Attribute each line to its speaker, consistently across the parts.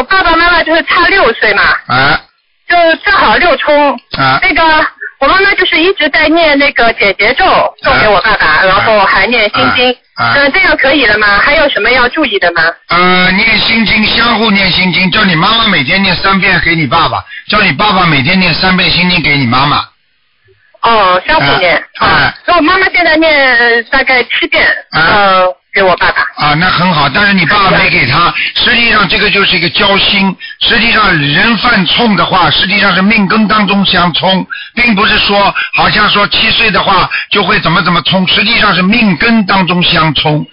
Speaker 1: 我爸爸妈妈就是差六岁嘛，
Speaker 2: 啊
Speaker 1: 就正好六冲。
Speaker 2: 啊
Speaker 1: 那个我妈妈就是一直在念那个解结咒送给我爸爸，然后还念心经。
Speaker 2: 啊
Speaker 1: 嗯、这样可以了吗？还有什么要注意的吗？
Speaker 2: 呃，念心经，相互念心经，叫你妈妈每天念三遍给你爸爸，叫你爸爸每天念三遍心经给你妈妈。
Speaker 1: 哦，相互念。
Speaker 2: 啊啊
Speaker 1: 啊。那我妈妈现在念呃大概七遍，
Speaker 2: 啊
Speaker 1: 呃，给我爸爸。
Speaker 2: 啊，那很好，但是你爸爸没给他，实际上这个就是一个交心。实际上人犯冲的话，实际上是命根当中相冲，并不是说好像说七岁的话就会怎么怎么冲，实际上是命根当中相冲，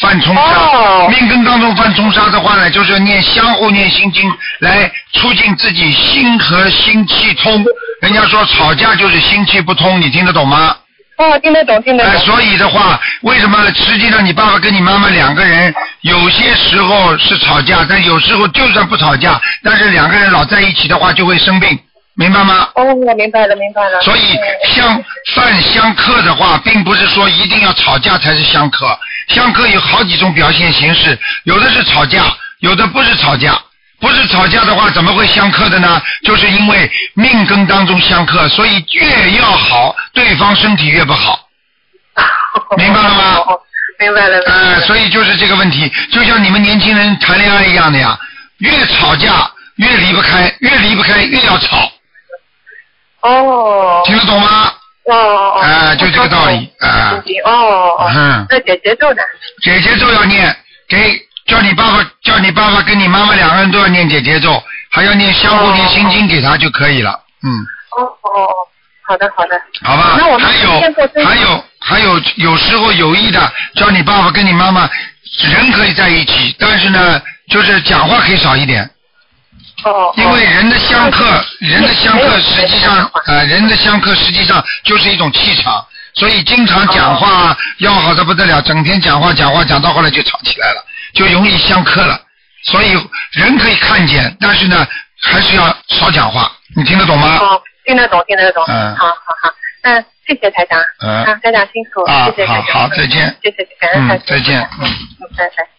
Speaker 2: 犯冲杀。
Speaker 1: 哦
Speaker 2: 命根当中犯冲杀的话呢，就是要念相互念心经来促进自己心和心气通。人家说吵架就是心气不通，你听得懂吗？
Speaker 1: 哦，听得懂，听得
Speaker 2: 哎，
Speaker 1: 懂。
Speaker 2: 所以的话，为什么实际上你爸爸跟你妈妈两个人有些时候是吵架，但有时候就算不吵架，但是两个人老在一起的话就会生病，明白吗？
Speaker 1: 哦，我明白了，明白了。
Speaker 2: 所以
Speaker 1: 嗯
Speaker 2: 相犯相克的话，并不是说一定要吵架才是相克，相克有好几种表现形式，有的是吵架，有的不是吵架。不是吵架的话，怎么会相克的呢？就是因为命根当中相克，所以越要好，对方身体越不好。明白了吗
Speaker 1: 啊哦？明白了。明白了
Speaker 2: 呃，所以就是这个问题，就像你们年轻人谈恋爱一样的呀，越吵架越离不开，越离不开越要吵，
Speaker 1: 哦。
Speaker 2: 听得懂吗？
Speaker 1: 哦哦哦。
Speaker 2: 哎就这个道理哎
Speaker 1: 心经哦哦。
Speaker 2: 嗯
Speaker 1: 哦。那解结咒呢？
Speaker 2: 姐姐咒要念，给叫你爸爸叫你爸爸跟你妈妈两个人都要念姐姐咒，还要念相互念心经给他就可以了，嗯，
Speaker 1: 哦哦哦，好的好的。
Speaker 2: 好吧
Speaker 1: 那我？们
Speaker 2: 还
Speaker 1: 见过
Speaker 2: 有
Speaker 1: 真
Speaker 2: 还有还有，有时候有意的叫你爸爸跟你妈妈人可以在一起，但是呢，就是讲话可以少一点。
Speaker 1: 哦哦。
Speaker 2: 因为人的相克，哦人的相克实际上，呃，人的相克实际上就是一种气场，所以经常讲话、要好的不得了，整天讲话讲话讲到后来就吵起来了，就容易相克了。所以人可以看见，但是呢，还是要少讲话，你听得懂吗？
Speaker 1: 哦，听得懂听得懂。
Speaker 2: 啊嗯
Speaker 1: 好好好，那谢谢台长。
Speaker 2: 嗯
Speaker 1: 啊，台长辛苦，
Speaker 2: 啊
Speaker 1: 谢谢，台
Speaker 2: 好
Speaker 1: 长。
Speaker 2: 好，再见。
Speaker 1: 谢谢，感恩台
Speaker 2: 嗯
Speaker 1: 长，。
Speaker 2: 再见。嗯。
Speaker 1: 嗯，拜拜。